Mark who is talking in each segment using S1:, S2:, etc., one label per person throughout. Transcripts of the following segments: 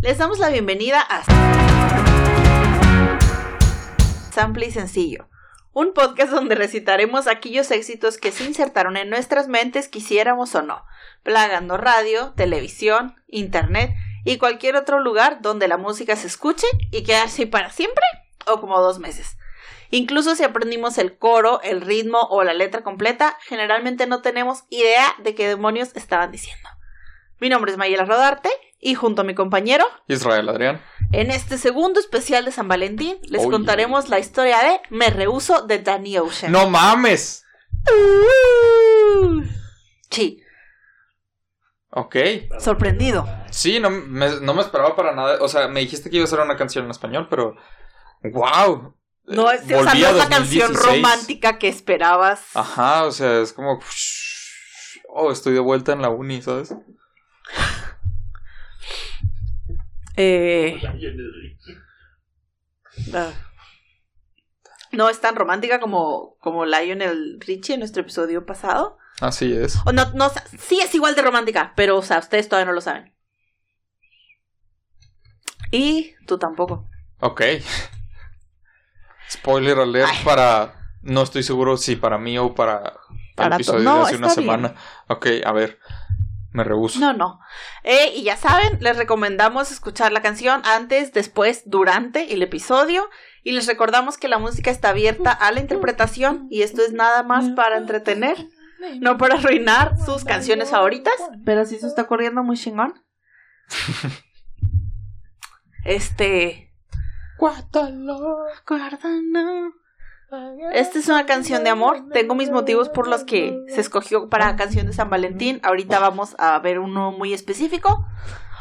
S1: Les damos la bienvenida a Sample y Sencillo, un podcast donde recitaremos aquellos éxitos que se insertaron en nuestras mentes quisiéramos o no, plagando radio, televisión, internet y cualquier otro lugar donde la música se escuche y quede así para siempre o como dos meses. Incluso si aprendimos el coro, el ritmo o la letra completa, generalmente no tenemos idea de qué demonios estaban diciendo. Mi nombre es Mayela Rodarte y junto a mi compañero,
S2: Israel Adrián.
S1: en este segundo especial de San Valentín, les
S2: Oye.
S1: contaremos la historia de Me Rehuso de Danny Ocean.
S2: ¡No mames!
S1: Uh. Sí,
S2: Ok.
S1: sorprendido.
S2: Sí, no me, no me esperaba para nada. O sea, me dijiste que iba a ser una canción en español, pero. ¡Wow!
S1: No es o sea, no es la canción romántica que esperabas.
S2: Ajá, o sea, es como. Oh, estoy de vuelta en la uni, ¿sabes?
S1: Eh, ah. No es tan romántica como, como Lionel Richie en nuestro episodio pasado.
S2: Así es.
S1: O no, no, o sea, sí es igual de romántica, pero o sea, ustedes todavía no lo saben. Y tú tampoco.
S2: Ok. Spoiler alert
S1: Ay.
S2: para. No estoy seguro si para mí o para. El
S1: Para to-
S2: episodio
S1: no,
S2: de hace una
S1: está bien.
S2: semana. Ok, a ver. Me rehuso.
S1: No, no. Eh, y ya saben, les recomendamos escuchar la canción antes, después, durante el episodio. Y les recordamos que la música está abierta a la interpretación y esto es nada más para entretener. No para arruinar sus canciones favoritas. Pero sí se está corriendo muy chingón. Este. Guárdalo. Esta es una canción de amor. Tengo mis motivos por los que se escogió para canción de San Valentín. Ahorita vamos a ver uno muy específico.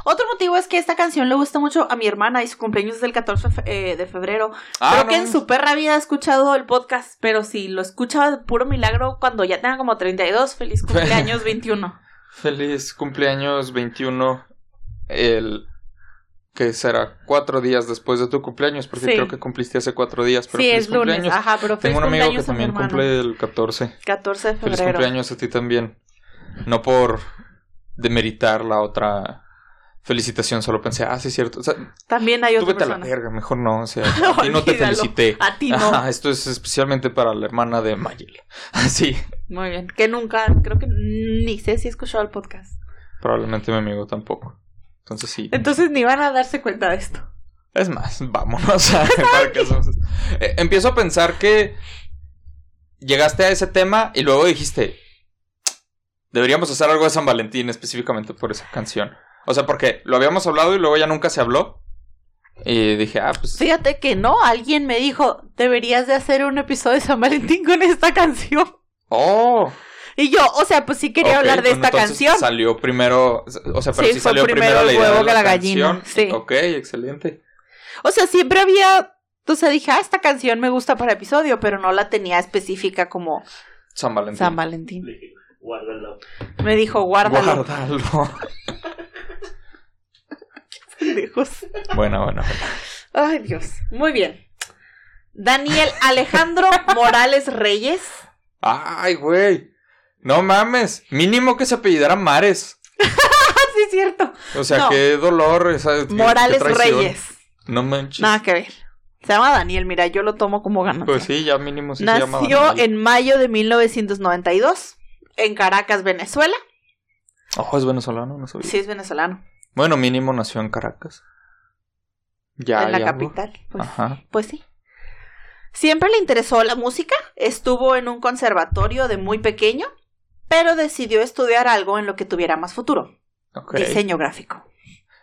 S1: Otro motivo es que esta canción le gusta mucho a mi hermana y su cumpleaños es el 14 fe- eh, de febrero. Creo
S2: Ah, no
S1: que en
S2: mames.
S1: su perra vida ha escuchado el podcast, pero si lo escucha de puro milagro cuando ya tenga como 32, feliz cumpleaños 21.
S2: Feliz cumpleaños 21. El que será cuatro días después de tu cumpleaños, porque
S1: Sí.
S2: creo que cumpliste hace cuatro días. Pero
S1: sí,
S2: feliz
S1: es lunes.
S2: cumpleaños.
S1: Ajá, pero feliz
S2: Tengo un amigo que
S1: cumpleaños a mi
S2: también
S1: hermana.
S2: cumple el 14.
S1: 14 de
S2: Feliz
S1: febrero.
S2: cumpleaños a ti también. No por demeritar la otra felicitación, solo pensé, ah, sí, es cierto. O sea,
S1: También hay
S2: tú
S1: otra
S2: vete a la
S1: persona.
S2: verga, mejor no. O sea, a ti no te
S1: Olvídalo.
S2: felicité.
S1: A ti no.
S2: Ajá, esto es especialmente para la hermana de Mayel. Así,
S1: Muy bien. Que nunca, creo que ni sé si he escuchado el podcast.
S2: probablemente mi amigo tampoco. Entonces sí.
S1: Entonces ni van a darse cuenta de esto.
S2: Es más, vámonos a para que hacemos esto. Eh, empiezo a pensar que llegaste a ese tema y luego dijiste, deberíamos hacer algo de San Valentín específicamente por esa canción. O sea, porque lo habíamos hablado y luego ya nunca se habló. Y dije, ah, pues...
S1: Fíjate que no, alguien me dijo, deberías de hacer un episodio de San Valentín con esta canción.
S2: Oh.
S1: Y yo, o sea, pues sí quería
S2: ok,
S1: hablar de
S2: bueno,
S1: esta
S2: entonces
S1: canción.
S2: Salió primero, o sea, pero
S1: Sí, fue
S2: sí, salió
S1: primero
S2: primero,
S1: el
S2: la idea
S1: huevo
S2: de
S1: que
S2: la,
S1: la gallina,
S2: canción.
S1: sí.
S2: Ok, excelente.
S1: O sea, siempre había, o sea, dije, ah, esta canción me gusta para episodio, pero no la tenía específica como
S2: San Valentín.
S1: San Valentín.
S3: Le dije, guárdalo.
S1: Me dijo, guárdalo.
S2: Guárdalo.
S1: pendejos.
S2: bueno, bueno.
S1: Ay, Dios. Muy bien. Daniel Alejandro Morales Reyes.
S2: Ay, güey. No mames. Mínimo que se apellidara Mares.
S1: Ah, sí, es cierto.
S2: O sea,
S1: No.
S2: qué dolor. esa- qué-
S1: Morales
S2: qué traición.
S1: Reyes.
S2: No manches.
S1: Nada que ver. Se llama Daniel, mira, yo lo tomo como ganancia.
S2: Pues sí, ya mínimo sí se llama.
S1: Nació en mayo de 1992 en Caracas, Venezuela.
S2: Ojo, es venezolano, no sabía.
S1: Sí, es venezolano.
S2: Bueno, mínimo nació en Caracas. Ya,
S1: en la
S2: ya, güey.
S1: capital. Pues,
S2: Ajá.
S1: pues sí. Siempre le interesó la música. Estuvo en un conservatorio de muy pequeño, pero decidió estudiar algo en lo que tuviera más futuro.
S2: Ok.
S1: Diseño gráfico.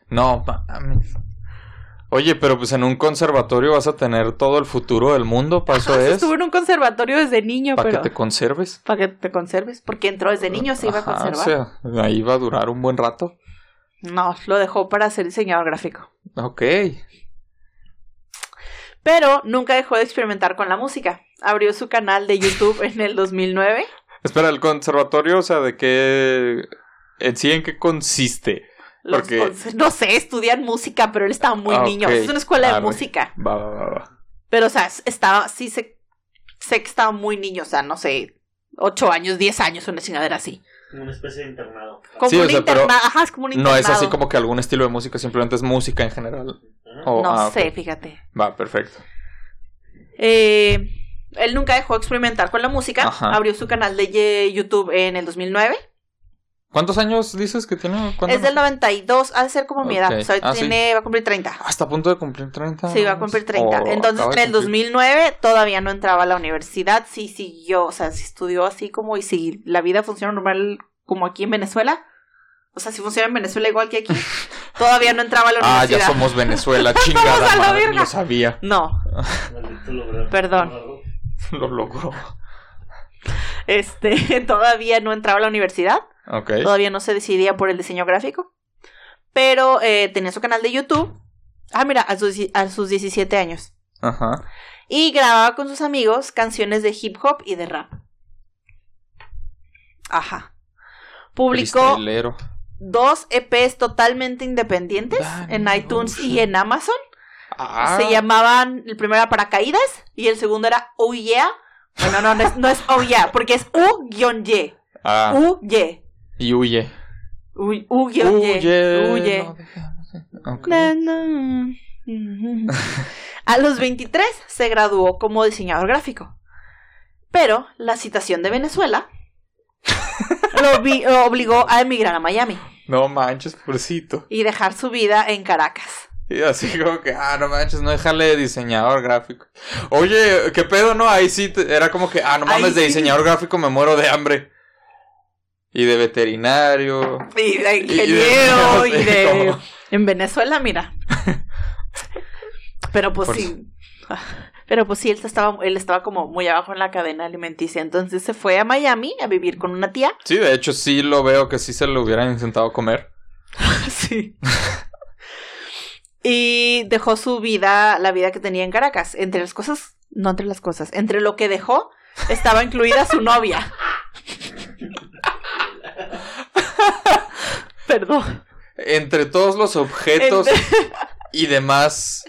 S2: No mames. Oye, pero pues en un conservatorio vas a tener todo el futuro del mundo, para eso es.
S1: Estuvo en un conservatorio desde niño,
S2: Para
S1: pero...
S2: que te conserves.
S1: Para que te conserves, porque entró desde niño, se iba a
S2: Ajá,
S1: conservar.
S2: O sea, ahí va a durar un buen rato.
S1: No, lo dejó para ser diseñador gráfico.
S2: Ok.
S1: Pero nunca dejó de experimentar con la música. Abrió su canal de YouTube en el 2009.
S2: Espera, el conservatorio, o sea, ¿de qué. en sí en qué consiste?
S1: Los
S2: Porque-
S1: cons- no sé, estudian música, pero él estaba muy
S2: Ah,
S1: niño.
S2: ok.
S1: Es una escuela de
S2: Ah, güey.
S1: música.
S2: Va, va, va, va.
S1: Pero, o sea, es- estaba, sí sé, sé que estaba muy niño, o sea, no sé, ocho años, diez años, una chingadera así.
S3: Como una especie de internado.
S1: Como
S2: Sí,
S1: un
S2: o sea, pero
S1: interna- Ajá, es como un
S2: No es así
S1: internado.
S2: como que algún estilo de música, simplemente es música en general.
S3: Ajá.
S2: O-
S1: no
S2: ah, ok.
S1: sé, fíjate.
S2: Va, perfecto.
S1: Eh, él nunca dejó de experimentar con la música.
S2: Ajá.
S1: Abrió su canal de ye- YouTube en el 2009.
S2: ¿Cuántos años dices que tiene? ¿Cuánto?
S1: Es del 92, ha de ser como mi edad.
S2: Ok.
S1: O sea, ahorita
S2: Ah, sí.
S1: tiene, va a cumplir 30.
S2: Hasta a punto de cumplir 30.
S1: Sí, va a cumplir 30.
S2: O
S1: Entonces,
S2: acaba
S1: en
S2: de
S1: el
S2: cumplir.
S1: 2009 todavía no entraba a la universidad. Sí siguió, o sea, sí estudió así como y si la vida funciona normal como aquí en Venezuela. O sea, si funciona en Venezuela igual que aquí, todavía no entraba a la
S2: Ah, ya
S1: universidad.
S2: somos Venezuela, chingada
S1: a la
S2: madre,
S1: verga.
S2: lo sabía.
S1: No,
S3: Maldito lograr.
S1: Perdón.
S3: Algo.
S2: Lo logró.
S1: este, todavía no entraba a la universidad.
S2: Ok.
S1: Todavía no se decidía por el diseño gráfico. Pero eh, tenía su canal de YouTube. Ah, mira, a sus, a sus 17 años.
S2: Ajá.
S1: Y grababa con sus amigos canciones de hip hop y de rap. Ajá. Publicó
S2: Cristalero.
S1: dos EPs totalmente independientes
S2: Dan-
S1: en
S2: oh,
S1: iTunes
S2: shit.
S1: y en Amazon.
S2: Ah,
S1: Se llamaban, el primero era Paracaídas y el segundo era Oh Yeah. Bueno, no, no es, no es Oh Yeah, porque es U-Y.
S2: Ah,
S1: U-Y.
S2: y huye.
S1: Uy, huye, huye,
S2: Huye,
S1: huye.
S2: no deja- Ok.
S1: Na, na. Ujú. A los 23 se graduó como diseñador gráfico. Pero la citación de Venezuela lo, vi- lo obligó a emigrar a Miami
S2: No manches, pobrecito.
S1: y dejar su vida en Caracas.
S2: Y así como que, ah, no manches, no déjale de diseñador gráfico. Oye, ¿qué pedo, no? Ahí sí, te- era como que, ah, no
S1: Ahí
S2: mames, de
S1: sí.
S2: diseñador gráfico me muero de hambre. Y de veterinario.
S1: Y de
S2: Y de-
S1: ingeniero y
S2: sí,
S1: de...
S2: como-
S1: En Venezuela, mira. Pero pues
S2: Por
S1: sí. Pero pues sí, él estaba, él estaba como muy abajo en la cadena alimenticia. Entonces se fue a Miami a vivir con una tía.
S2: Sí, de hecho sí lo veo que sí se lo hubieran intentado comer.
S1: Sí. y dejó su vida, la vida que tenía en Caracas. Entre las cosas, no entre las cosas, entre lo que dejó estaba incluida su novia. Perdón.
S2: Entre todos los objetos
S1: Entre-
S2: y demás.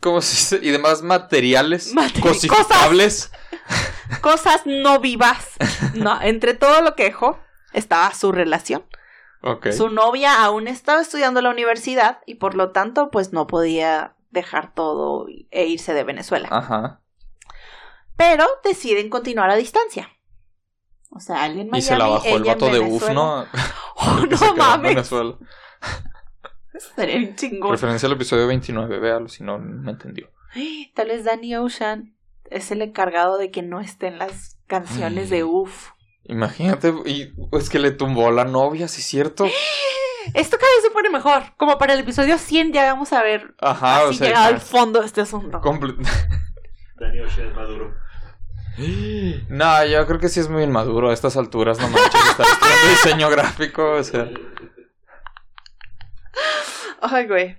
S2: ¿Cómo se dice? Y demás materiales
S1: Mate-
S2: cosificables.
S1: Cosas no vivas. No, entre todo lo que dejó estaba su relación.
S2: Ok.
S1: Su novia aún estaba estudiando en la universidad y por lo tanto pues no podía dejar todo e irse de Venezuela.
S2: Ajá.
S1: pero deciden continuar a distancia. O sea, alguien
S2: Y se la bajó el vato de UF, ¿no? Que se quedó
S1: no
S2: en
S1: mames,
S2: Venezuela.
S1: sería un chingón.
S2: Referencia al episodio 29, véalo si no me entendió.
S1: Tal vez Danny Ocean es el encargado de que no estén las canciones de
S2: Mm.
S1: UF.
S2: Imagínate, y es que le tumbó la novia, ¿sí es cierto?
S1: Esto cada vez se pone mejor. Como para el episodio 100 ya vamos a ver
S2: Ajá,
S1: así
S2: Ah, o sea,
S1: llegado al fondo de este asunto.
S2: comple-
S3: Daniel Ocean es maduro.
S2: No, yo creo que sí es muy inmaduro a estas alturas, no manches, estar estudiando diseño gráfico, o sea.
S1: Ay, güey.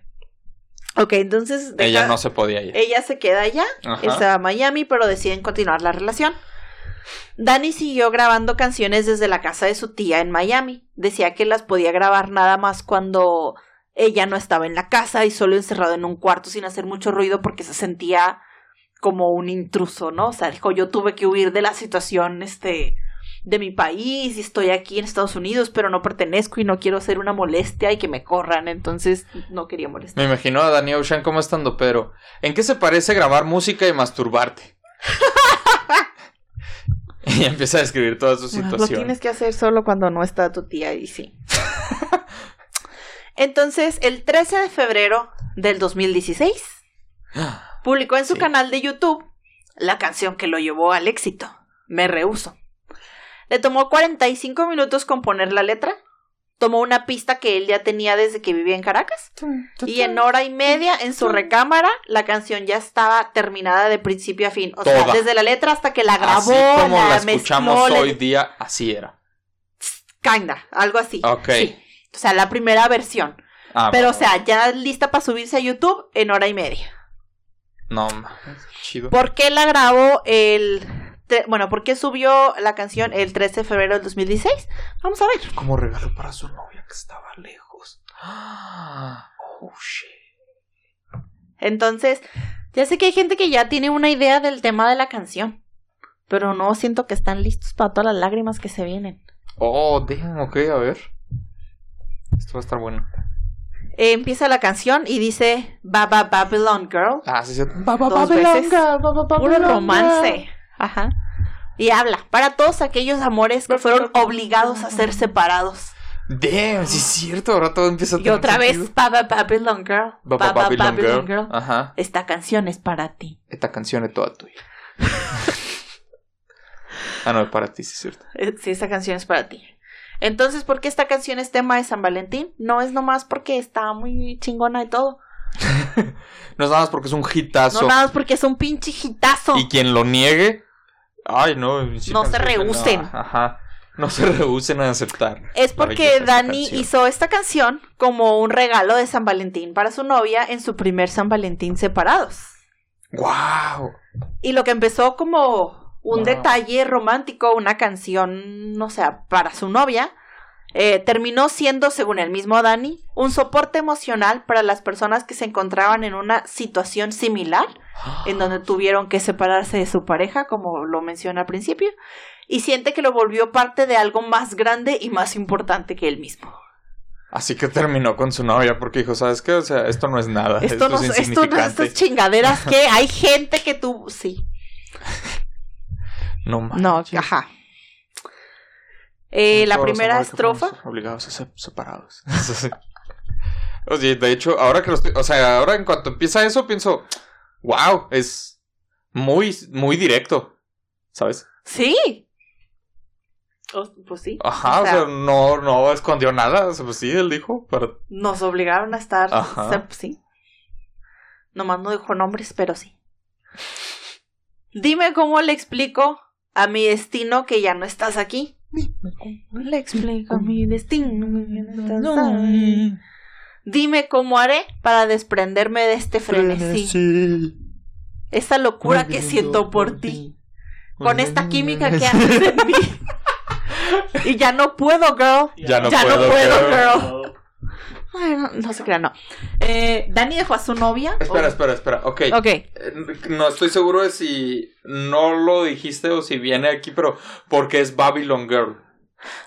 S1: Ok, entonces deja-
S2: Ella no se podía ir.
S1: ella se queda allá
S2: Ajá.
S1: Él se va a Miami, pero deciden continuar la relación. Danny siguió grabando canciones desde la casa de su tía en Miami. Decía que las podía grabar nada más cuando ella no estaba en la casa y solo encerrado en un cuarto sin hacer mucho ruido porque se sentía como un intruso, ¿no? O sea, dijo, yo tuve que huir de la situación, este, de mi país y estoy aquí en Estados Unidos, pero no pertenezco y no quiero ser una molestia y que me corran, entonces no quería molestar.
S2: Me imagino a Danny Ocean como estando, pero ¿en qué se parece grabar música y masturbarte? y empieza a describir toda su
S1: Bueno, Lo
S2: situación.
S1: tienes que hacer solo cuando no está tu tía y sí. Entonces, el 13 de febrero del 2016, publicó en su
S2: Sí.
S1: canal de YouTube la canción que lo llevó al éxito, Me Rehuso. Le tomó 45 minutos componer la letra, tomó una pista que él ya tenía desde que vivía en Caracas, y en hora y media en su recámara la canción ya estaba terminada de principio a fin. O sea,
S2: Toda.
S1: desde la letra hasta que la grabó,
S2: Así como la,
S1: mezcló,
S2: escuchamos
S1: le-
S2: hoy día, así era.
S1: Kinda, algo así.
S2: Ok.
S1: Sí. O sea, la primera versión.
S2: Ah,
S1: Pero, o sea, ya lista para subirse a YouTube en hora y media.
S2: No, mames, chido.
S1: ¿Por qué la grabó el. tre- Bueno, ¿por qué subió la canción el 13 de febrero del 2016? Vamos a ver.
S2: Como regalo para su novia que estaba lejos. Ah, Oh, shit.
S1: Entonces, ya sé que hay gente que ya tiene una idea del tema de la canción. Pero no siento que están listos para todas las lágrimas que se vienen.
S2: Oh, damn, ok, a ver. Esto va a estar bueno.
S1: Eh, empieza la canción y dice Baba Babylon Girl.
S2: Ah, sí, sí.
S1: Dos veces. Puro romance. Ajá. Y habla para todos aquellos amores que fueron obligados a ser separados.
S2: Damn, sí es cierto, ahora todo empieza a
S1: Y otra
S2: tener
S1: vez,
S2: sentido.
S1: Baba Babylon Girl.
S2: Ba- ba-
S1: Baba
S2: Babylon, Girl.
S1: Girl.
S2: Ajá.
S1: Esta canción es para ti.
S2: Esta canción es toda tuya. ah, no, es para ti, sí es cierto.
S1: Eh, Sí, esta canción es para ti. Entonces, ¿por qué esta canción es tema de San Valentín? No es nomás porque está muy chingona y todo.
S2: No es nada más porque es un hitazo.
S1: No nada más porque es un pinche hitazo.
S2: Y quien lo niegue, ay, no. sí,
S1: No se rehúsen.
S2: no, ah, ajá. No se rehúsen a aceptar.
S1: Es
S2: la
S1: porque
S2: belleza de esta
S1: Dani
S2: canción.
S1: hizo esta canción como un regalo de San Valentín para su novia en su primer San Valentín separados.
S2: ¡Guau!
S1: Y lo que empezó como un
S2: Wow.
S1: detalle romántico, una canción, no sé, para su novia, eh, terminó siendo, según el mismo Dani, un soporte emocional para las personas que se encontraban en una situación similar, en donde tuvieron que separarse de su pareja, como lo menciona al principio, y siente que lo volvió parte de algo más grande y más importante que él mismo.
S2: Así que terminó con su novia porque dijo, ¿sabes qué? O sea, esto no es nada. Ah, Esto,
S1: Esto, no,
S2: es
S1: esto no-
S2: insignificante.
S1: estas chingaderas que hay gente que tú, sí,
S2: no
S1: No,
S2: manches.
S1: ajá. Eh, la
S2: Todos los
S1: primera
S2: amores que fuimos
S1: estrofa.
S2: Obligados a ser separados. Oye, de hecho, ahora que lo estoy. O sea, ahora en cuanto empieza eso, pienso. ¡Wow! Es muy, muy directo. ¿Sabes?
S1: Sí. O- pues sí.
S2: Ajá,
S1: O sea,
S2: no, no escondió nada. o sea, pues sí, él dijo. Pero
S1: Nos obligaron a estar.
S2: Ajá.
S1: se- Sí. Nomás no dijo nombres, pero sí. Dime cómo le explico a mi destino que ya no estás aquí. Le explico a mi destino que ya no estás aquí. Dime cómo haré para desprenderme de este frenesí. Esta locura que siento por ti. con esta química que haces en mí. Y ya no puedo, girl.
S2: Ya no
S1: ya
S2: puedo,
S1: no puedo,
S2: girl.
S1: girl.
S3: No,
S1: Ay, no, no se crean, no. Eh, Dani dejó a su novia.
S2: Espera,
S1: ¿O-
S2: espera, espera. Ok.
S1: Oh. Ok.
S2: Eh, No estoy seguro de si no lo dijiste o si viene aquí, pero porque es Babylon Girl.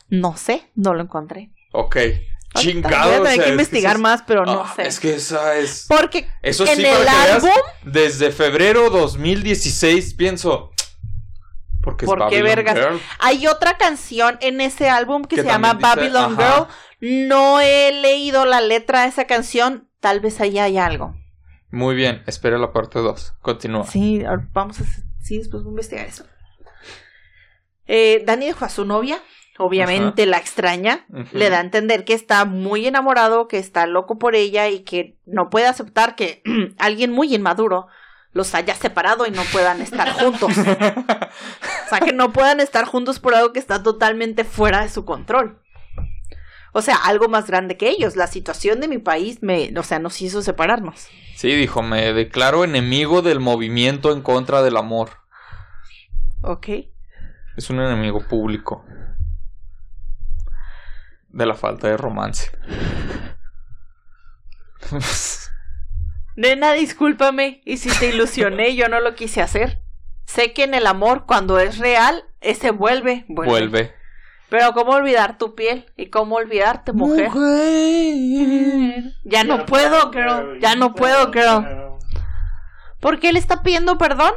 S1: No sé, no lo encontré.
S2: Ok.
S1: Ay,
S2: Chingado.
S1: Voy a
S2: o
S1: tener
S2: sea, es
S1: que
S2: que
S1: investigar
S2: sí es-
S1: más, pero no
S2: Ah,
S1: sé.
S2: Es que esa es.
S1: Porque
S2: Eso
S1: en
S2: sí, para
S1: el
S2: que veas,
S1: álbum,
S2: desde febrero 2016 pienso. Porque es
S1: ¿Por qué
S2: Babylon
S1: vergas?
S2: Girl.
S1: hay otra canción en ese álbum que,
S2: Que
S1: se llama
S2: también dice-
S1: Babylon
S2: ajá.
S1: Girl. No he leído la letra de esa canción. Tal vez ahí hay algo.
S2: Muy bien, espera la parte 2. Continúa.
S1: Sí, ahora vamos a. Sí, después voy a investigar eso. Eh, Dani dejó a su novia, obviamente la extraña.
S2: Ujú.
S1: Le da a entender que está muy enamorado, que está loco por ella y que no puede aceptar que alguien muy inmaduro los haya separado y no puedan estar juntos. O sea, que no puedan estar juntos por algo que está totalmente fuera de su control. O sea, algo más grande que ellos. La situación de mi país me, o sea, nos hizo separarnos.
S2: Sí, dijo, me declaro enemigo del movimiento en contra del amor.
S1: Ok.
S2: Es un enemigo público. De la falta de romance.
S1: Nena, discúlpame, y si te ilusioné, yo no lo quise hacer. Sé que en el amor, cuando es real, ese vuelve, vuelve.
S2: Vuelve.
S1: Pero cómo olvidar tu piel y cómo olvidarte, mujer. Ya no puedo, girl. Ya no puedo, girl. Porque él está pidiendo perdón?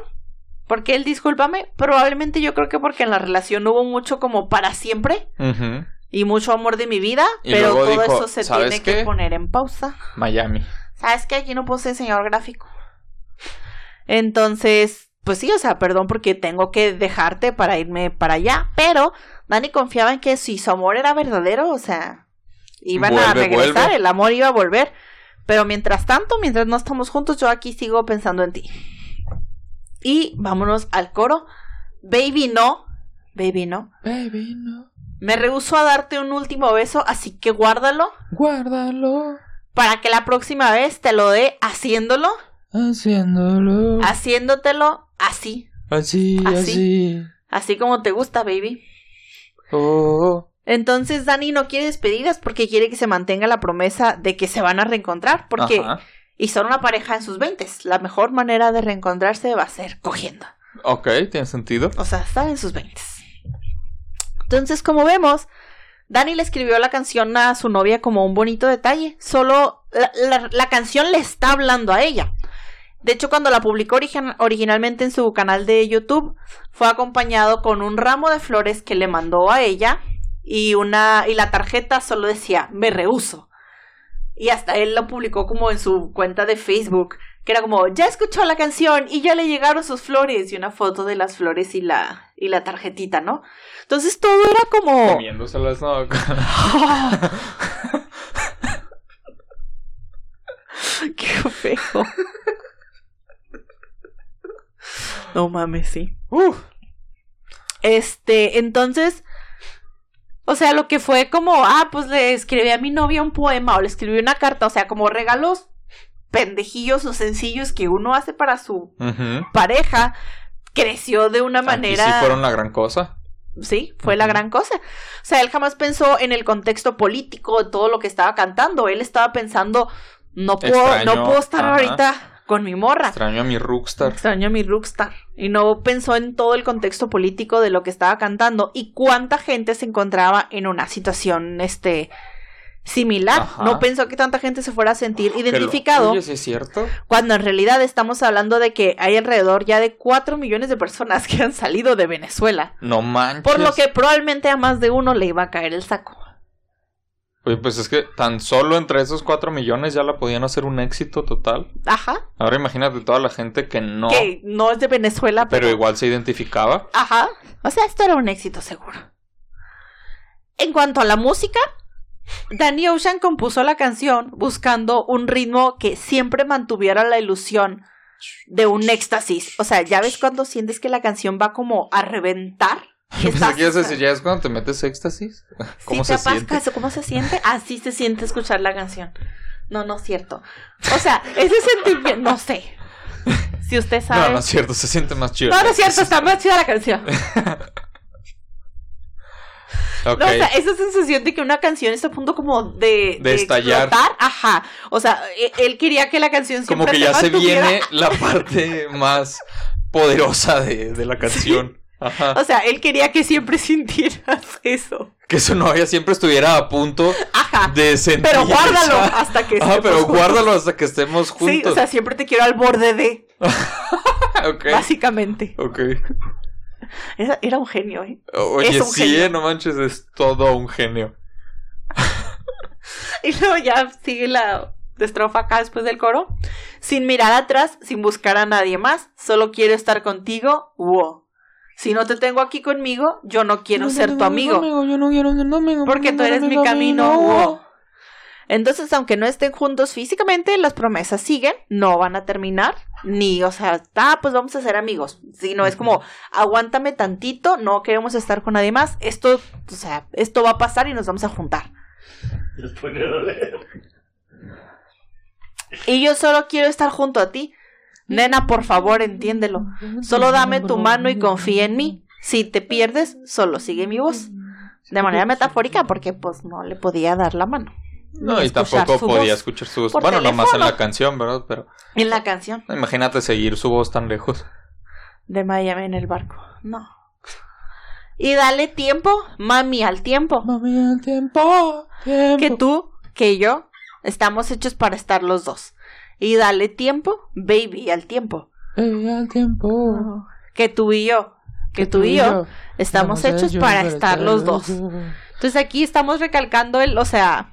S1: Porque él, discúlpame, probablemente yo creo que porque en la relación hubo mucho como para siempre
S2: Ujú.
S1: y mucho amor de mi vida,
S2: Y
S1: pero
S2: luego
S1: todo
S2: dijo,
S1: eso se
S2: "¿Sabes
S1: tiene que
S2: qué?
S1: poner en pausa.
S2: Miami.
S1: ¿Sabes que Aquí no puse diseñador gráfico. Entonces, pues sí, o sea, perdón porque tengo que dejarte para irme para allá. Pero Dani confiaba en que si su amor era verdadero, o sea, iban a
S2: Vuelve,
S1: regresar,
S2: vuelve.
S1: el amor iba a volver. Pero mientras tanto, mientras no estamos juntos, yo aquí sigo pensando en ti. Y vámonos al coro. Baby, no. Baby, no.
S2: Baby, no.
S1: Me rehusó a darte un último beso, así que guárdalo
S2: Guárdalo.
S1: para que la próxima vez te lo dé haciéndolo.
S2: Haciéndolo.
S1: haciéndotelo así,
S2: Así,
S1: así. así como te gusta, baby.
S2: Oh.
S1: Entonces Dani no quiere despedidas porque quiere que se mantenga la promesa de que se van a reencontrar porque y son una pareja en sus veintes. La mejor manera de reencontrarse va a ser cogiendo.
S2: Ok, tiene sentido.
S1: O sea, están en sus veintes. Entonces, como vemos, Dani le escribió la canción a su novia como un bonito detalle. Solo la, la- la canción le está hablando a ella. De hecho, cuando la publicó origi- originalmente en su canal de YouTube, fue acompañado con un ramo de flores que le mandó a ella y una y la tarjeta solo decía me rehuso. Y hasta él lo publicó como en su cuenta de Facebook, que era como ya escuchó la canción y ya le llegaron sus flores y una foto de las flores y la y la tarjetita, ¿no? Entonces todo era como
S2: Comiéndoselas, no.
S1: Qué feo. No mames, sí.
S2: Uf.
S1: Este, entonces, o sea, lo que fue como, ah, pues le escribí a mi novia un poema o le escribí una carta, o sea, como regalos pendejillos o sencillos que uno hace para su
S2: Ujú.
S1: pareja, creció de una manera...
S2: Aquí Ah, pues sí fueron la gran cosa.
S1: Sí, fue la
S2: Ujú.
S1: gran cosa. O sea, él jamás pensó en el contexto político de todo lo que estaba cantando. Él estaba pensando, no puedo,
S2: Extraño,
S1: no puedo estar
S2: ajá.
S1: ahorita con mi morra.
S2: Extraño a mi Rookstar.
S1: Extraño a mi rockstar. Y no pensó en todo el contexto político de lo que estaba cantando y cuánta gente se encontraba en una situación, este, similar.
S2: Ajá.
S1: No pensó que tanta gente se fuera a sentir
S2: Que lo-
S1: identificado
S2: Oye, sí es cierto.
S1: cuando en realidad estamos hablando de que hay alrededor ya de 4 millones de personas que han salido de Venezuela.
S2: No manches.
S1: Por lo que probablemente a más de uno le iba a caer el saco.
S2: Oye, pues es que tan solo entre esos 4 millones ya la podían hacer un éxito total.
S1: Ajá.
S2: Ahora imagínate toda la gente que no,
S1: Que no es de Venezuela, pero.
S2: pero igual se identificaba.
S1: Ajá. O sea, esto era un éxito seguro. En cuanto a la música, Danny Ocean compuso la canción buscando un ritmo que siempre mantuviera la ilusión de un éxtasis. O sea, ya ves cuando sientes que la canción va como a reventar.
S2: Yo pensé
S1: Estás-
S2: que ibas a decir, Pues ya es cuando te metes éxtasis. ¿Cómo
S1: Sí,
S2: se
S1: capaz,
S2: siente?
S1: ¿Cómo se siente? Así se siente escuchar la canción. No, no es cierto. O sea, ese sentimiento, no sé. Si usted
S2: No,
S1: sabe.
S2: no es cierto, se siente más chido.
S1: No, no es cierto, está más chida la canción.
S2: Ok.
S1: No, o sea, eh, esa sensación de que una canción está a punto como de,
S2: De estallar.
S1: explotar, ajá. O sea, e- él quería que la canción siempre
S2: Como que
S1: se
S2: ya se
S1: mantuviera-
S2: viene la parte más poderosa de, de la canción. Ajá.
S1: O sea, él quería que siempre sintieras eso.
S2: Que su novia siempre estuviera a punto
S1: Ajá.
S2: de sentir.
S1: Ah, Pero guárdalo
S2: esa-
S1: hasta que
S2: Ah,
S1: estemos
S2: pero
S1: juntos.
S2: guárdalo hasta que estemos juntos.
S1: Sí, o sea, siempre te quiero al borde de,
S2: ok.
S1: básicamente.
S2: Ok.
S1: Era, era un genio, ¿eh?
S2: Oye,
S1: Es un
S2: sí,
S1: genio.
S2: eh, no manches, es todo un genio.
S1: Y luego ya sigue la estrofa acá después del coro. Sin mirar atrás, sin buscar a nadie más, solo quiero estar contigo, wow. Si no te tengo aquí conmigo, yo no quiero ser tu amigo. porque tú eres mi camino, wow. Entonces, aunque no estén juntos físicamente, las promesas siguen, no van a terminar, ni, o sea, ah, pues vamos a ser amigos. Sino es como, aguántame tantito, no queremos estar con nadie más, esto, o sea, esto va a pasar y nos vamos a juntar.
S3: Después de doler.
S1: Y yo solo quiero estar junto a ti. Nena, por favor, entiéndelo. Solo dame tu mano y confía en mí. Si te pierdes, solo sigue mi voz. De manera metafórica, porque pues no le podía dar la mano.
S2: No,
S1: Ni
S2: y
S1: escuchar
S2: tampoco
S1: su voz.
S2: podía escuchar su voz.
S1: por
S2: Bueno, nomás en
S1: teléfono.
S2: la canción, ¿verdad? Pero
S1: En la canción
S2: imagínate seguir su voz tan lejos.
S1: de Miami en el barco. No. Y dale tiempo, mami, al tiempo.
S2: Mami, el tiempo,
S1: Que tú, que yo, estamos hechos para estar los dos. Y dale tiempo, baby, al tiempo.
S2: tiempo.
S1: Que tú y yo, que tú y yo, estamos hechos para estar los dos. Entonces aquí estamos recalcando el, o sea.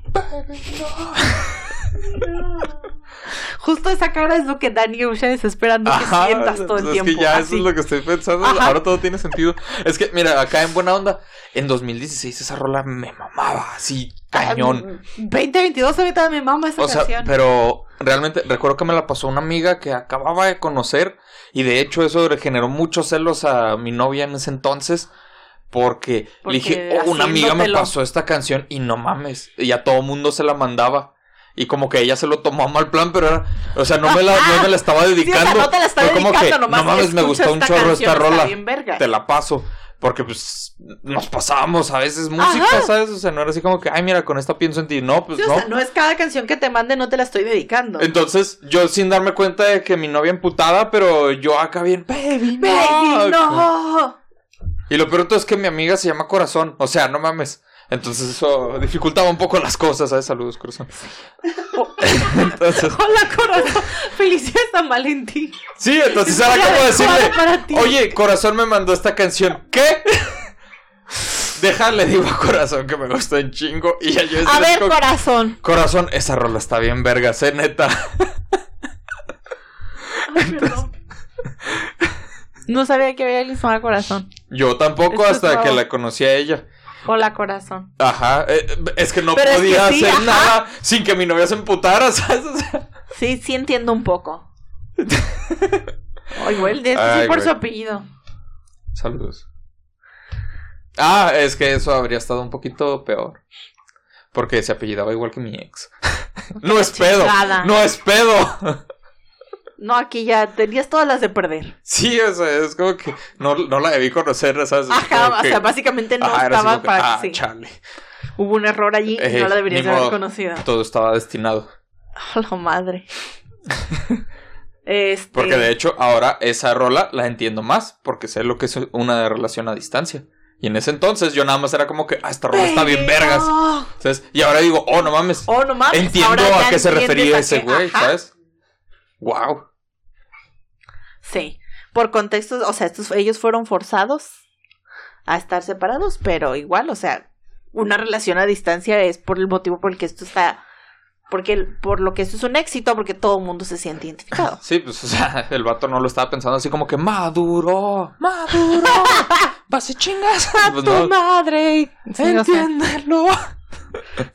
S1: Justo esa cara es lo que Danny Ocean está esperando que
S2: Ajá,
S1: sientas todo
S2: pues
S1: el
S2: es
S1: tiempo.
S2: que ya eso
S1: así.
S2: es lo que estoy pensando.
S1: Ajá.
S2: Ahora todo tiene sentido. Es que, mira, acá en Buena Onda, en 2016 esa rola me mamaba así, cañón.
S1: 2022 ahorita me mama esa
S2: O sea,
S1: canción.
S2: pero realmente recuerdo que me la pasó una amiga que acababa de conocer y de hecho eso le generó muchos celos a mi novia en ese entonces porque,
S1: Porque
S2: le dije, "Oh, una amiga me
S1: haciéndotelo".
S2: pasó esta canción y no mames, y a todo mundo se la mandaba. Y como que ella se lo tomó a mal plan, pero era, o sea, no me la, no me la estaba dedicando.
S1: Sí, o sea, no te la está
S2: Fue como
S1: dedicando,
S2: que,
S1: nomás
S2: no mames, me
S1: escucha
S2: gustó un
S1: esta
S2: chorro
S1: canción,
S2: esta
S1: está
S2: rola,
S1: bien verga.
S2: te la paso. Porque pues nos pasábamos a veces música,
S1: Ajá.
S2: ¿sabes? O sea, no era así como que, ay, mira, con esta pienso en ti. No, pues
S1: Sí,
S2: no.
S1: o sea, no es cada canción que te mande, no te la estoy dedicando.
S2: Entonces, yo sin darme cuenta de que mi novia emputada, pero yo acá bien, baby, no".
S1: Baby, no.
S2: Y lo peor de todo es que mi amiga se llama Corazón, o sea, no mames. Entonces eso dificultaba un poco las cosas, ¿sabes? Saludos, corazón. Entonces,
S1: Hola, corazón. Felicidades San Valentín.
S2: sí, entonces era
S1: Hola,
S2: como
S1: hola
S2: decirle,
S1: para ti.
S2: oye, corazón me mandó esta canción. ¿Qué? Déjale, digo a corazón que me gustó en chingo. Y ya yo
S1: A
S2: estoy
S1: ver,
S2: con-
S1: corazón.
S2: Corazón, esa rola está bien verga, sé neta.
S1: Ay, perdón. No sabía que había alguien llamado corazón.
S2: Yo tampoco
S1: Esto es
S2: hasta que
S1: nuevo.
S2: la conocí a ella.
S1: Hola, corazón.
S2: Ajá, eh, es que no
S1: Pero es que
S2: podía
S1: sí,
S2: hacer
S1: ajá.
S2: nada sin que mi novia se emputara, ¿sabes? O sea,
S1: Sí, sí entiendo un poco. Ay, güey, de-
S2: Ay,
S1: sí por
S2: güey.
S1: su apellido.
S2: Saludos. Ah, es que eso habría estado un poquito peor. Porque se apellidaba igual que mi ex. no es pedo.
S1: chingada.
S2: No es pedo.
S1: No, aquí ya tenías todas las de perder.
S2: sí, o sea, es como que no, no la debí conocer, ¿sabes? Es
S1: Ajá,
S2: como
S1: o
S2: que-
S1: sea, básicamente no
S2: Ajá, era así
S1: estaba
S2: como que,
S1: para
S2: ah,
S1: que sí.
S2: chale.
S1: Hubo un error allí y
S2: Eh,
S1: no la deberías
S2: ni
S1: de haber
S2: modo.
S1: conocido.
S2: Todo estaba destinado.
S1: A la madre. Este,
S2: Porque de hecho, ahora esa rola la entiendo más, porque sé lo que es una relación a distancia. Y en ese entonces yo nada más era como que, ah, esta rola está bien
S1: Pero-
S2: vergas. ¿Sabes? Y ahora digo, oh, no mames.
S1: Oh, no mames.
S2: Entiendo
S1: ahora ya
S2: a qué se
S1: entiendes
S2: refería
S1: a
S2: ese
S1: qué-
S2: güey,
S1: ajá,
S2: ¿sabes? Wow.
S1: Sí. Por contextos, o sea, estos, ellos fueron forzados a estar separados, pero igual, o sea, una relación a distancia es por el motivo por el que esto está. Porque el- por lo que esto es un éxito, porque todo el mundo se siente identificado.
S2: Sí, pues, o sea, el vato no lo estaba pensando así como que maduro, maduro, vas y chingas. Pues
S1: ¡Tu
S2: no,
S1: madre! Sí, o sea,
S2: entiéndelo.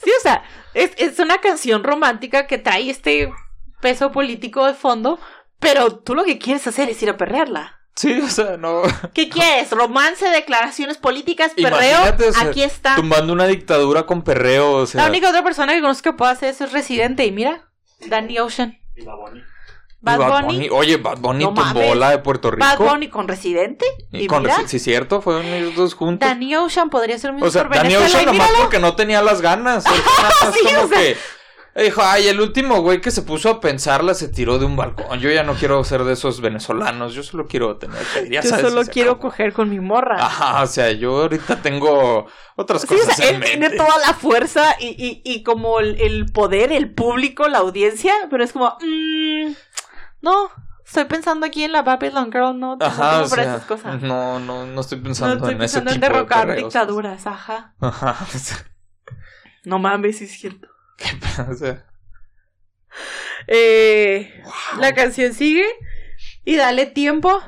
S1: Sí, o sea, es, es una canción romántica que trae este peso político de fondo, pero tú lo que quieres hacer es ir a perrearla.
S2: Sí, o sea, no.
S1: ¿Qué quieres? Romance, declaraciones políticas, perreo.
S2: Imagínate, o sea,
S1: Aquí está.
S2: Tumbando una dictadura con perreo, o sea.
S1: La única otra persona que conozco que puede hacer eso es Residente. Y mira, Danny Ocean.
S3: Y la Bonnie.
S1: Bad,
S2: y
S1: Bunny.
S2: Oye, Bad Bunny
S1: No
S2: tumbó
S1: mames.
S2: la de Puerto Rico.
S1: Bad Bunny con Residente.
S2: Y
S1: Y
S2: con-
S1: mira.
S2: sí, cierto, fueron ellos dos juntos.
S1: Danny Ocean podría ser mi
S2: O sea,
S1: Mr.
S2: Dani
S1: Venezuela,
S2: Ocean
S1: y
S2: nomás
S1: míralo.
S2: porque no tenía las ganas. Él nada más
S1: Sí,
S2: como
S1: o sea.
S2: que dijo, ay, el último güey que se puso a pensarla se tiró de un balcón. Yo ya no quiero ser de esos venezolanos, yo solo quiero tener que ya
S1: Yo
S2: sabes,
S1: solo
S2: se
S1: quiero
S2: acabó.
S1: coger con mi morra.
S2: Ajá, o sea, yo ahorita tengo otras
S1: Sí, o
S2: cosas
S1: sea,
S2: en
S1: él tiene
S2: mente.
S1: toda la fuerza y, y- y como el, el poder, el público, la audiencia, pero es como, mm, no, estoy pensando aquí en la Babylon Girl, no, tengo
S2: Ajá,
S1: tiempo
S2: o
S1: para
S2: sea,
S1: esas cosas. No
S2: no, no, no estoy pensando
S1: estoy
S2: en
S1: pensando
S2: ese
S1: en
S2: tipo de
S1: derrocar
S2: perreos.
S1: dictaduras, ajá.
S2: Ajá, o sea,
S1: No mames, sí es cierto.
S2: o sea,
S1: Eh, La canción sigue y dale tiempo,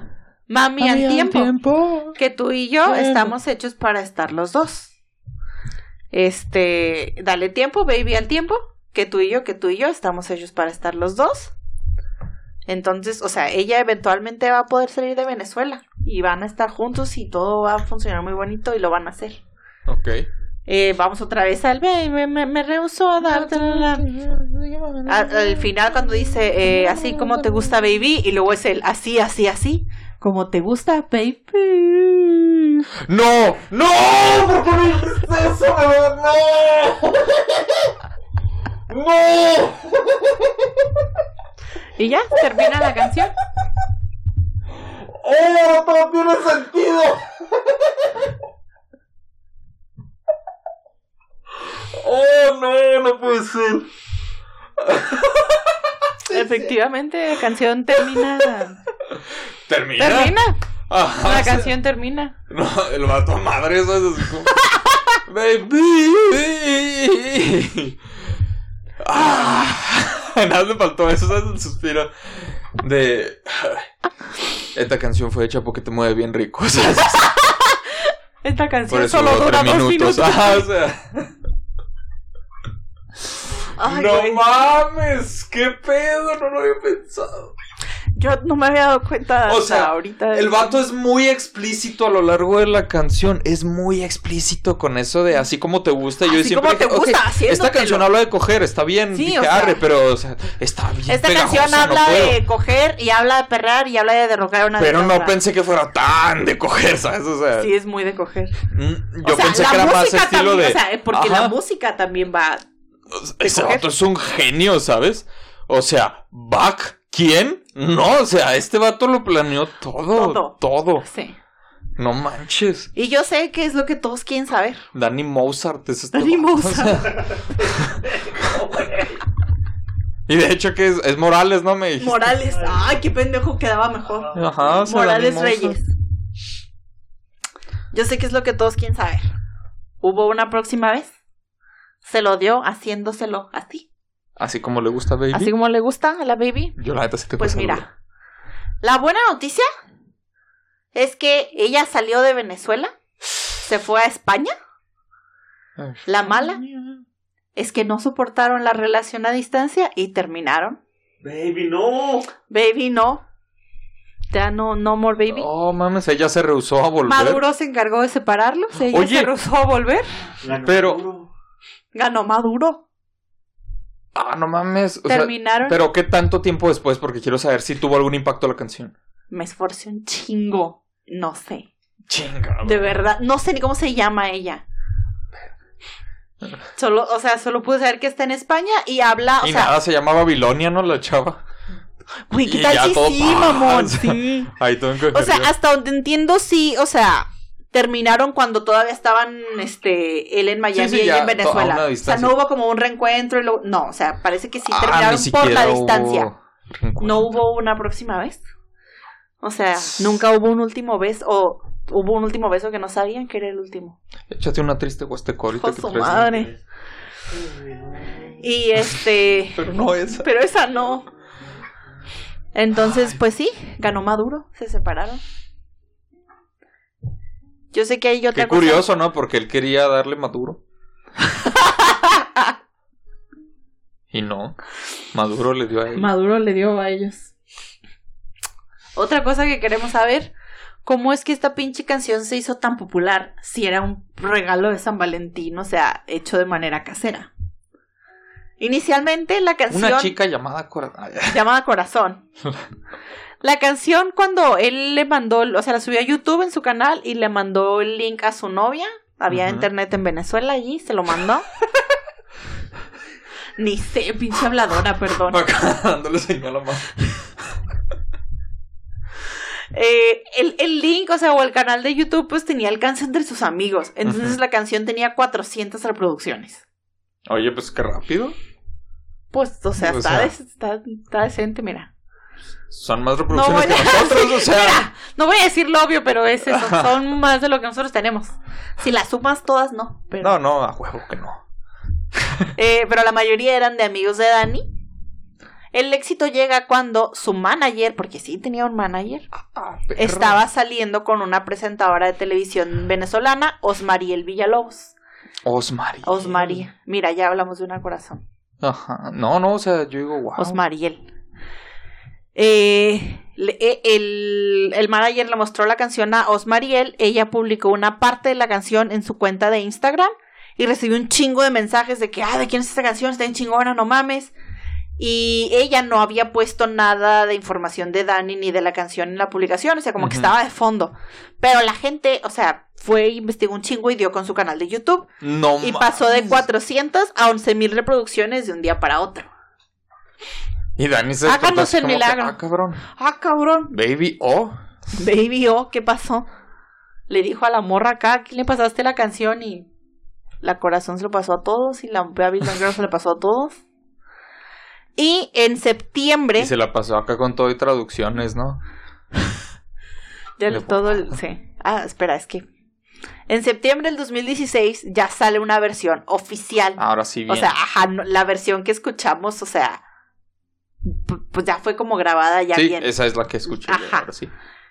S1: mami, al tiempo, que tú y yo
S2: Tiempo.
S1: estamos hechos para estar los dos. Este, dale tiempo, baby, al tiempo, que tú y yo, que tú y yo estamos hechos para estar los dos. Entonces, o sea, ella eventualmente va a poder salir de Venezuela y van a estar juntos y todo va a funcionar muy bonito y lo van a hacer.
S2: Ok.
S1: Eh, vamos otra vez al baby, me, me, rehusó a darte la- la- a- al final cuando dice eh, así como te gusta baby y luego es el así así así como te gusta baby
S2: ¡No! ¡No! ¿Por qué me dijiste eso? ¡No! ¡No!
S1: y ya termina la canción
S2: ¡Oh! ¡Todo tiene sentido! ¡Oh, no! ¡No puede ser!
S1: efectivamente la canción termina
S2: ¿Termina?
S1: termina
S2: Ajá,
S1: la
S2: o sea,
S1: canción termina
S2: No, el vato a madre, eso es así como... ¡Baby! ¡Ah! Nada más me faltó eso, ¿sabes? El suspiro de... Esta canción fue hecha porque te mueve bien rico, ¿sabes?
S1: esta
S2: Por
S1: canción
S2: eso
S1: solo
S2: duró
S1: dura
S2: tres
S1: dos
S2: minutos.
S1: minutos
S2: Ajá, o sea,
S1: Ay,
S2: ¡No
S1: güey.
S2: mames! ¡Qué pedo! No lo había pensado.
S1: yo no me había dado cuenta
S2: O
S1: hasta
S2: sea,
S1: ahorita de-
S2: El vato es muy explícito a lo largo de la canción. Es muy explícito con eso de así como te gusta. Yo
S1: Así
S2: siempre
S1: como te
S2: dije, "Ok,
S1: gusta,
S2: esta
S1: haciéndotelo".
S2: canción habla de coger, está bien.
S1: Sí,
S2: dije,
S1: o sea,
S2: "Arre", pero o sea, está bien.
S1: esta
S2: pegajosa,
S1: canción
S2: no
S1: habla
S2: puedo.
S1: de coger y habla de perrar y habla de derrocar una
S2: Pero no
S1: dictadura.
S2: pensé que fuera tan de coger, ¿sabes? O sea,
S1: sí es muy de coger
S2: mm,
S1: O
S2: yo
S1: sea,
S2: pensé
S1: la
S2: que era más
S1: música
S2: estilo
S1: también,
S2: de.
S1: o sea, porque
S2: ajá,
S1: la música también va
S2: Ese
S1: coger.
S2: vato es un genio, ¿sabes? O sea, Bach, ¿quién? No, o sea, este vato lo planeó todo.
S1: Todo.
S2: Todo.
S1: Sí.
S2: No manches.
S1: Y yo sé que es lo que todos quieren saber.
S2: Danny Mozart es este
S1: Danny
S2: vato, o
S1: Mozart.
S2: sea.
S3: No, güey.
S2: y de hecho que es, es Morales, ¿no? Me dijiste.
S1: Morales. Ay, qué pendejo quedaba mejor.
S2: Ajá, o sea, Danny
S1: Morales
S2: Mozart.
S1: Reyes. Yo sé que es lo que todos quieren saber. ¿Hubo una próxima vez? Se lo dio haciéndoselo así.
S2: Así como le gusta a Baby.
S1: Así como le gusta a la baby.
S2: Yo la neta sí te
S1: Pues
S2: conservo.
S1: mira. La buena noticia es que ella salió de Venezuela, se fue a España.
S2: Ay.
S1: La mala es que no soportaron la relación a distancia y terminaron.
S3: Baby, no.
S1: Baby, no. Ya no, no more baby.
S2: Oh, mames, ella se rehusó a volver.
S1: Maduro se encargó de separarlos, ella
S2: Oye.
S1: se rehusó a volver.
S3: Ganó
S2: Pero-
S3: duro.
S1: Ganó Maduro.
S2: Ah, no mames. o sea,
S1: Terminaron.
S2: pero qué tanto tiempo después, porque quiero saber si tuvo algún impacto la canción.
S1: Me esforcé un chingo. No sé.
S2: Chinga.
S1: De
S2: güey.
S1: verdad, no sé ni cómo se llama ella. Solo, o sea, solo pude saber que está en España y habla, o
S2: Y
S1: sea,
S2: nada, se llama Babilonia, ¿no? La chava.
S1: güey, ¿qué
S2: y
S1: tal
S2: ya
S1: si
S2: todo
S1: sí,
S2: pasa.
S1: mamón? Sí.
S2: Ahí tengo que
S1: O sea, hasta donde entiendo, sí, o sea, terminaron cuando todavía estaban, este, él en Miami
S2: sí,
S1: y ella
S2: ya,
S1: en
S2: to- a una
S1: Venezuela. O sea,
S2: distancia.
S1: no hubo como un reencuentro y luego, no, o sea, parece que sí
S2: Ah,
S1: terminaron
S2: ni
S1: por la
S2: siquiera hubo
S1: distancia.
S2: reencuentro.
S1: no hubo una próxima vez. O sea, nunca hubo un último beso o hubo un último beso que no sabían que era el último.
S2: Échate una triste huasteco ahorita
S1: Hijo
S2: que
S1: su
S2: traes, ¿no?
S1: madre. Y este,
S2: Pero no esa.
S1: pero esa no. Entonces, pues sí, ganó Maduro, se separaron. Yo sé que hay otra
S2: Qué curioso, ¿no? Porque él quería darle Maduro. y no. Maduro le dio a él.
S1: Maduro le dio a ellos. Otra cosa que queremos saber, ¿cómo es que esta pinche canción se hizo tan popular si era un regalo de San Valentín, o sea, hecho de manera casera? Inicialmente la canción
S2: Una chica llamada Corazón.
S1: llamada Corazón. La canción cuando él le mandó, o sea, la subió a YouTube en su canal y le mandó el link a su novia. Había
S2: Ujú.
S1: internet en Venezuela allí, se lo mandó. Ni sé, pinche habladora, perdón.
S2: dándole señal a Maduro.
S1: Eh, el, el link, o sea, o el canal de YouTube, pues tenía alcance entre sus amigos. Entonces
S2: Ujú.
S1: la canción tenía 400 reproducciones.
S2: Oye, pues qué rápido.
S1: Pues, o sea,
S2: O
S1: está,
S2: sea.
S1: des- está, está decente, mira.
S2: Son más reproducciones
S1: No,
S2: que
S1: bueno,
S2: nosotros, o sea.
S1: Mira, no voy a decir lo obvio, pero es eso. Son más de lo que nosotros tenemos. Si las sumas todas, no. Pero,
S2: No, no, a huevo que no.
S1: Eh, pero la mayoría eran de amigos de Dani. El éxito llega cuando su manager, porque sí tenía un manager,
S2: Ah, Perro.
S1: estaba saliendo con una presentadora de televisión venezolana, Osmariel Villalobos.
S2: Osmari.
S1: Osmari. Mira, ya hablamos de una corazón.
S2: Ajá. No, no, o sea, yo digo, wow.
S1: Osmariel. Eh, le- eh, el, el manager le mostró la canción a Osmariel. Ella publicó una parte de la canción en su cuenta de Instagram y recibió un chingo de mensajes de que, ah, ¿de quién es esta canción? Está en chingona, no mames. Y ella no había puesto nada de información de Dani ni de la canción en la publicación, o sea, como que
S2: Ujú.
S1: estaba de fondo. Pero la gente, o sea, fue, e investigó un chingo y dio con su canal de YouTube.
S2: No
S1: Y pasó de
S2: mames.
S1: 400 a 11.000 reproducciones de un día para otro.
S2: Y Dani se
S1: Háganos
S2: despertó así
S1: el
S2: como que,
S1: milagro.
S2: ah, cabrón.
S1: Ah, cabrón.
S2: Baby O.
S1: Baby, oh, ¿qué pasó? Le dijo a la morra acá, ¿quién le pasaste la canción? Y la corazón se lo pasó a todos y la Baby Don't Girl se la pasó a todos. Y en septiembre,
S2: Y se la pasó acá con todo y traducciones, ¿no?
S1: del
S2: le-
S1: todo el... Sí. Ah, espera, es que... En septiembre del 2016 ya sale una versión oficial.
S2: Ahora sí Ah,
S1: O
S2: bien.
S1: sea, ajá, no- la versión que escuchamos, o sea, p- pues ya fue como grabada ya
S2: sí,
S1: bien.
S2: esa es la que escuché. yo,
S1: Ajá.
S2: Ahora sí.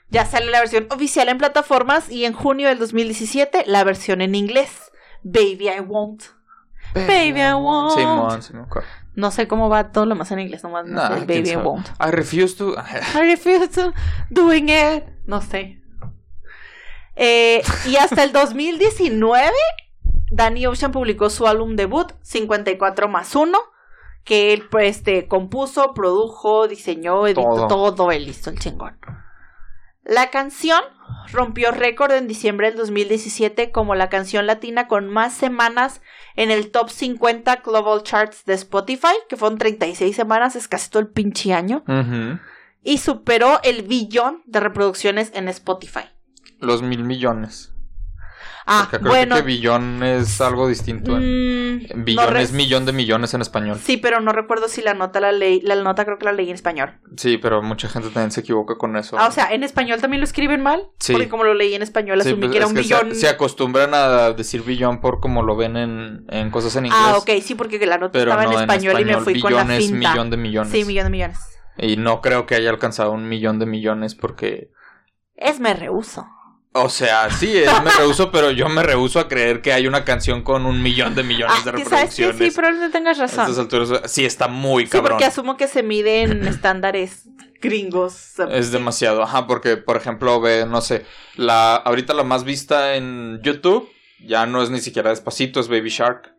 S1: Ya sale la versión oficial en plataformas y en junio del 2017 la versión en inglés. Baby I Won't. Baby, I won't.
S2: Simón, Simón. claro.
S1: No sé cómo va todo lo más en inglés, nomás no
S2: Nah,
S1: sé,
S2: quién
S1: Baby I
S2: sabe.
S1: Won't.
S2: I refuse to.
S1: I refuse to doing it. No sé. Eh, y hasta el 2019, Danny Ocean publicó su álbum debut, 54 más 1, que él pues, este, compuso, produjo, diseñó, editó,
S2: Todo.
S1: todo él hizo el chingón. La canción rompió récord en diciembre del 2017 como la canción latina con más semanas en el top 50 Global Charts de Spotify, que fueron 36 semanas, es casi todo el pinche año
S2: Ujú.
S1: y superó el billón de reproducciones en Spotify.
S2: Los mil millones.
S1: Ah,
S2: Porque creo
S1: bueno.
S2: que billón es algo distinto. ¿eh?
S1: mm, no
S2: Billón
S1: re-
S2: es millón de millones en español.
S1: Sí, pero no recuerdo si la nota la leí. La nota creo que la leí en español.
S2: Sí, pero mucha gente también se equivoca con eso.
S1: Ah, o sea, en español también lo escriben mal.
S2: Sí.
S1: Porque como lo leí en español,
S2: Sí,
S1: asumí
S2: pues,
S1: que era
S2: es
S1: un
S2: se-
S1: billón.
S2: Se, acostumbran a decir billón por como lo ven en, en cosas en inglés.
S1: ah, ok, sí, porque la nota
S2: Pero
S1: estaba
S2: no
S1: en, español y me fui con
S2: billón
S1: la
S2: es
S1: finta.
S2: millón de millones.
S1: Sí, millón de millones.
S2: Y no creo que haya alcanzado un millón de millones porque...
S1: Es me rehuso.
S2: O sea, sí, es- me rehuso, pero yo me rehuso a creer que hay una canción con un millón de millones
S1: Ah,
S2: de
S1: que sabes que
S2: reproducciones.
S1: sí, probablemente tengas
S2: A estas
S1: razón.
S2: alturas, sí, está muy
S1: Sí,
S2: cabrón.
S1: porque asumo que se mide en estándares gringos.
S2: Es demasiado, ajá, porque por ejemplo, ve, no sé, la ahorita la más vista en YouTube ya no es ni siquiera Despacito, es Baby Shark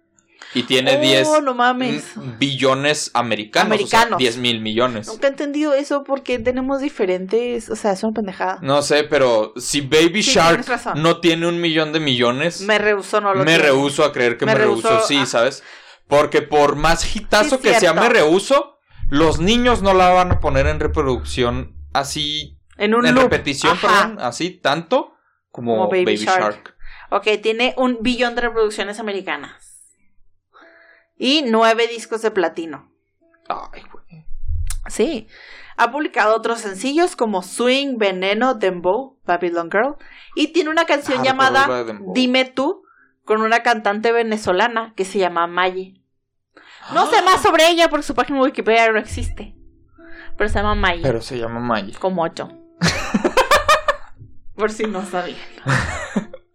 S2: y tiene
S1: Oh,
S2: 10
S1: no mames.
S2: mm, billones americanos, o sea,
S1: Americanos.
S2: 10 mil millones.
S1: Nunca he entendido eso porque tenemos diferentes. O sea, es una pendejada.
S2: No sé, pero si Baby
S1: Sí,
S2: Shark
S1: tienes razón.
S2: no tiene un millón de millones, Mm. me,
S1: Me rehuso, no lo tiene.
S2: rehuso a creer que me,
S1: Me
S2: rehuso,
S1: rehuso,
S2: sí,
S1: ah.
S2: ¿sabes? Porque por más hitazo
S1: Sí,
S2: que sea
S1: cierto.
S2: me rehuso, los niños no la van a poner en reproducción así
S1: En un
S2: en
S1: loop.
S2: repetición,
S1: Ajá.
S2: perdón, así tanto como,
S1: Como
S2: Baby,
S1: Baby
S2: Shark.
S1: Shark. Ok, tiene un billón de reproducciones americanas. Y nueve discos de platino.
S2: Ay, güey.
S1: Sí. Ha publicado otros sencillos como Swing, Veneno, Dembow, Babylon Girl. Y tiene una canción
S2: Ah, recuerdo la
S1: llamada
S2: de Dembow.
S1: Dime tú, con una cantante venezolana que se llama Maye. No sé más sobre ella porque su página de Wikipedia no existe. Pero se llama Maye.
S2: Pero se llama Maggie.
S1: Como ocho. Por si no sabía.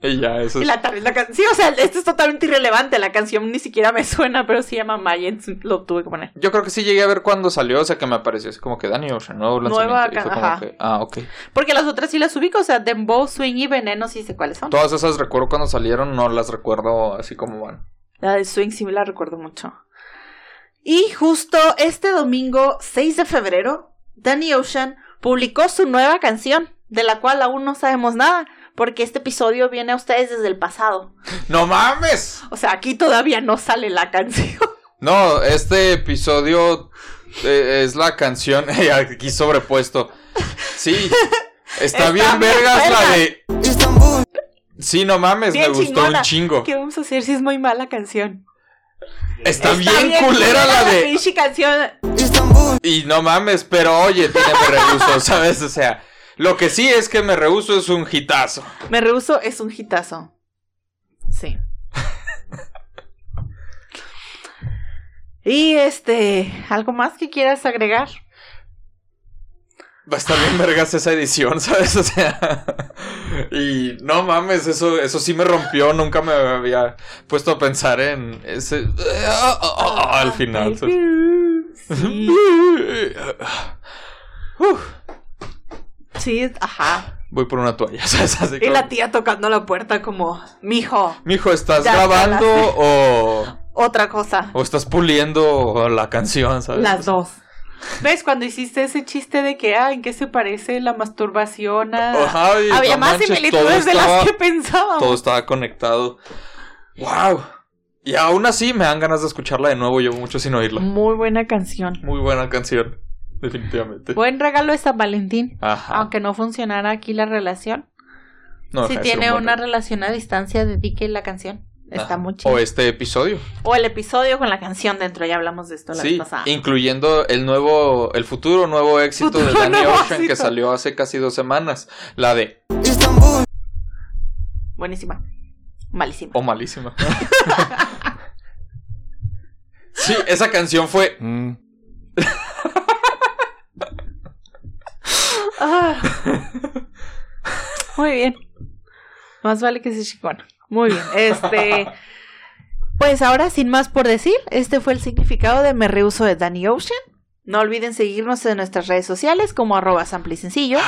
S2: Ella, eso
S1: Y
S2: es.
S1: la tar- la can- sí, o sea, esto es totalmente irrelevante. La canción ni siquiera me suena, pero se llama Maya, entonces lo tuve que poner.
S2: Yo creo que sí llegué a ver cuando salió, o sea que me apareció así como que Dani Ocean, nuevo lanzamiento.
S1: Nueva
S2: y fue
S1: ca-
S2: como
S1: ajá.
S2: que, ah, ok.
S1: Porque las otras sí las ubico, o sea, Dembow, Swing y Veneno, sí sé cuáles son.
S2: Todas esas recuerdo cuando salieron, no las recuerdo así como van.
S1: La de Swing sí me la recuerdo mucho. Y justo este domingo 6 de febrero, Danny Ocean publicó su nueva canción, de la cual aún no sabemos nada, porque este episodio viene a ustedes desde el pasado.
S2: ¡No mames!
S1: O sea, aquí todavía no sale la canción.
S2: No, este episodio eh, es la canción eh, aquí sobrepuesto. Sí, está,
S1: Está
S2: bien,
S1: bien
S2: vergas la
S1: buena.
S2: de. Sí, no mames,
S1: Bien
S2: me gustó
S1: chingona.
S2: un chingo.
S1: ¿Qué vamos a hacer si es muy mala canción?
S2: Está, bien, culera la
S1: La
S2: de.
S1: pinche canción.
S2: Y no mames, pero oye, tiene me rehuso, ¿sabes? O sea, lo que sí es que me rehuso es un hitazo.
S1: Me rehuso es un hitazo. Sí. y este, ¿algo más que quieras agregar?
S2: Va a estar bien vergas esa edición, ¿sabes? O sea. Y no mames, eso, eso sí me rompió. Nunca me había puesto a pensar en ese. Ah, ah, ah, ah, al final.
S1: Sí,
S2: Uf,
S1: sí, ajá.
S2: voy por una toalla, ¿sabes? Así
S1: Y la
S2: como,
S1: tía tocando la puerta como, mijo,
S2: Mijo, ¿estás
S1: Ya
S2: grabando
S1: calaste.
S2: o,
S1: otra cosa.
S2: o estás puliendo la canción, ¿sabes?
S1: Las dos. ¿Ves cuando hiciste ese chiste de que, ah, en qué se parece la masturbación a...
S2: Ajá, y
S1: Había
S2: no
S1: más
S2: manches,
S1: similitudes
S2: todo
S1: de las
S2: estaba-
S1: que pensábamos.
S2: Todo estaba conectado. ¡Wow! Y aún así me dan ganas de escucharla de nuevo. Llevo mucho sin oírla.
S1: Muy buena canción.
S2: Muy buena canción. Definitivamente.
S1: Buen regalo de San Valentín.
S2: Ajá.
S1: Aunque no funcionara aquí la relación.
S2: Ah. No
S1: si
S2: deja de ser
S1: tiene
S2: un buen
S1: una
S2: regalo.
S1: relación a distancia, dedique la canción. Está
S2: Ajá.
S1: muy chido.
S2: O
S1: O,
S2: este episodio.
S1: el episodio con la canción dentro, ya hablamos de esto la
S2: sí.
S1: vez pasada.
S2: Incluyendo el nuevo, el futuro nuevo éxito de
S1: Futuro
S2: Danny
S1: nuevo
S2: Ocean que
S1: éxito.
S2: salió hace casi dos semanas. La de
S1: Buenísima. Malísima.
S2: Oh malísima. sí, esa canción fue.
S1: Mm. Ah. Muy bien. Más vale que se chicona. Muy bien. Este. Pues ahora, sin más por decir, este fue el significado de Me Reuso de Danny Ocean. No olviden seguirnos en nuestras redes sociales como arroba sample y sencillo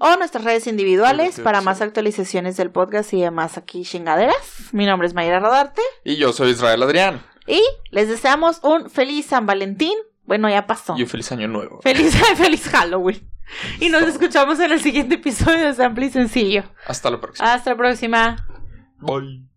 S1: o nuestras redes individuales
S2: Sí, sí,
S1: para
S2: sí.
S1: más actualizaciones del podcast y demás aquí chingaderas. Mi nombre es Mayra Rodarte
S2: Y yo soy Israel Adrián.
S1: y les deseamos un feliz San Valentín. Bueno, ya pasó.
S2: Y un feliz año nuevo.
S1: Feliz, feliz Halloween. Y nos escuchamos en el siguiente episodio de Sample y Sencillo.
S2: Hasta la próxima.
S1: Hasta la próxima.
S2: Bye.